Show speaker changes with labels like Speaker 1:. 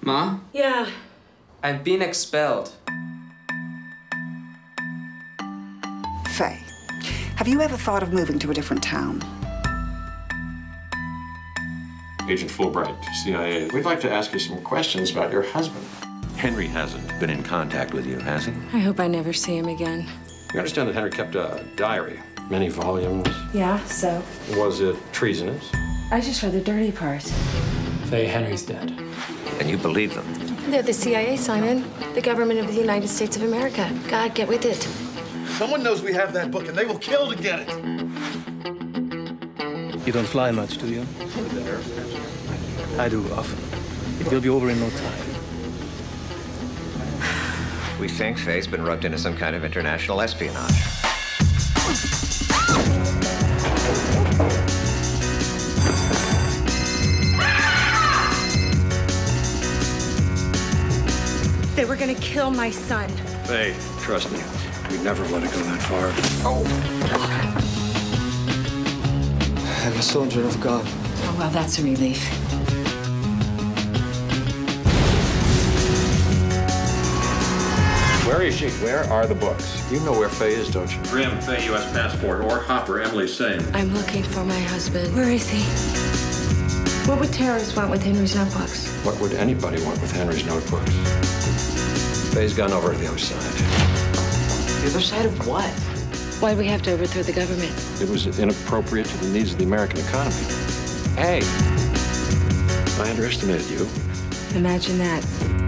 Speaker 1: Ma,
Speaker 2: Yeah.
Speaker 1: I've been expelled.
Speaker 3: Faye, have you ever thought of moving to a different town?
Speaker 4: Agent Fulbright, CIA. We'd like to ask you some questions about your husband.
Speaker 5: Henry hasn't been in contact with you, has he?
Speaker 6: I hope I never see him again.
Speaker 4: You understand that Henry kept a diary, many volumes.
Speaker 6: Yeah, so?
Speaker 4: Was it treasonous?
Speaker 6: I just read the dirty part.
Speaker 7: Say Henry's dead.
Speaker 5: And you believe them.
Speaker 6: They're the CIA, Simon. The government of the United States of America. God, get with it.
Speaker 8: Someone knows we have that book, and they will kill to get it.
Speaker 9: You don't fly much, do you? I do often. It will be over in no time.
Speaker 5: We think Faye's been roped into some kind of international espionage.
Speaker 6: They were gonna kill my son.
Speaker 4: Hey, trust me. We'd never let it go that far.
Speaker 9: I'm a soldier of God.
Speaker 6: Oh, well, that's a relief.
Speaker 4: Where is she? Where are the books? You know where Faye is, don't you? Grim, Faye, U.S. passport, or Hopper, Emily Singh.
Speaker 6: I'm looking for my husband. Where is he? What would terrorists want with Henry's notebooks?
Speaker 4: What would anybody want with Henry's notebooks? Faye's gone over to the other side.
Speaker 5: The other side of what?
Speaker 6: Why'd we have to overthrow the government?
Speaker 4: It was inappropriate to the needs of the American economy. Hey, I underestimated you.
Speaker 6: Imagine that.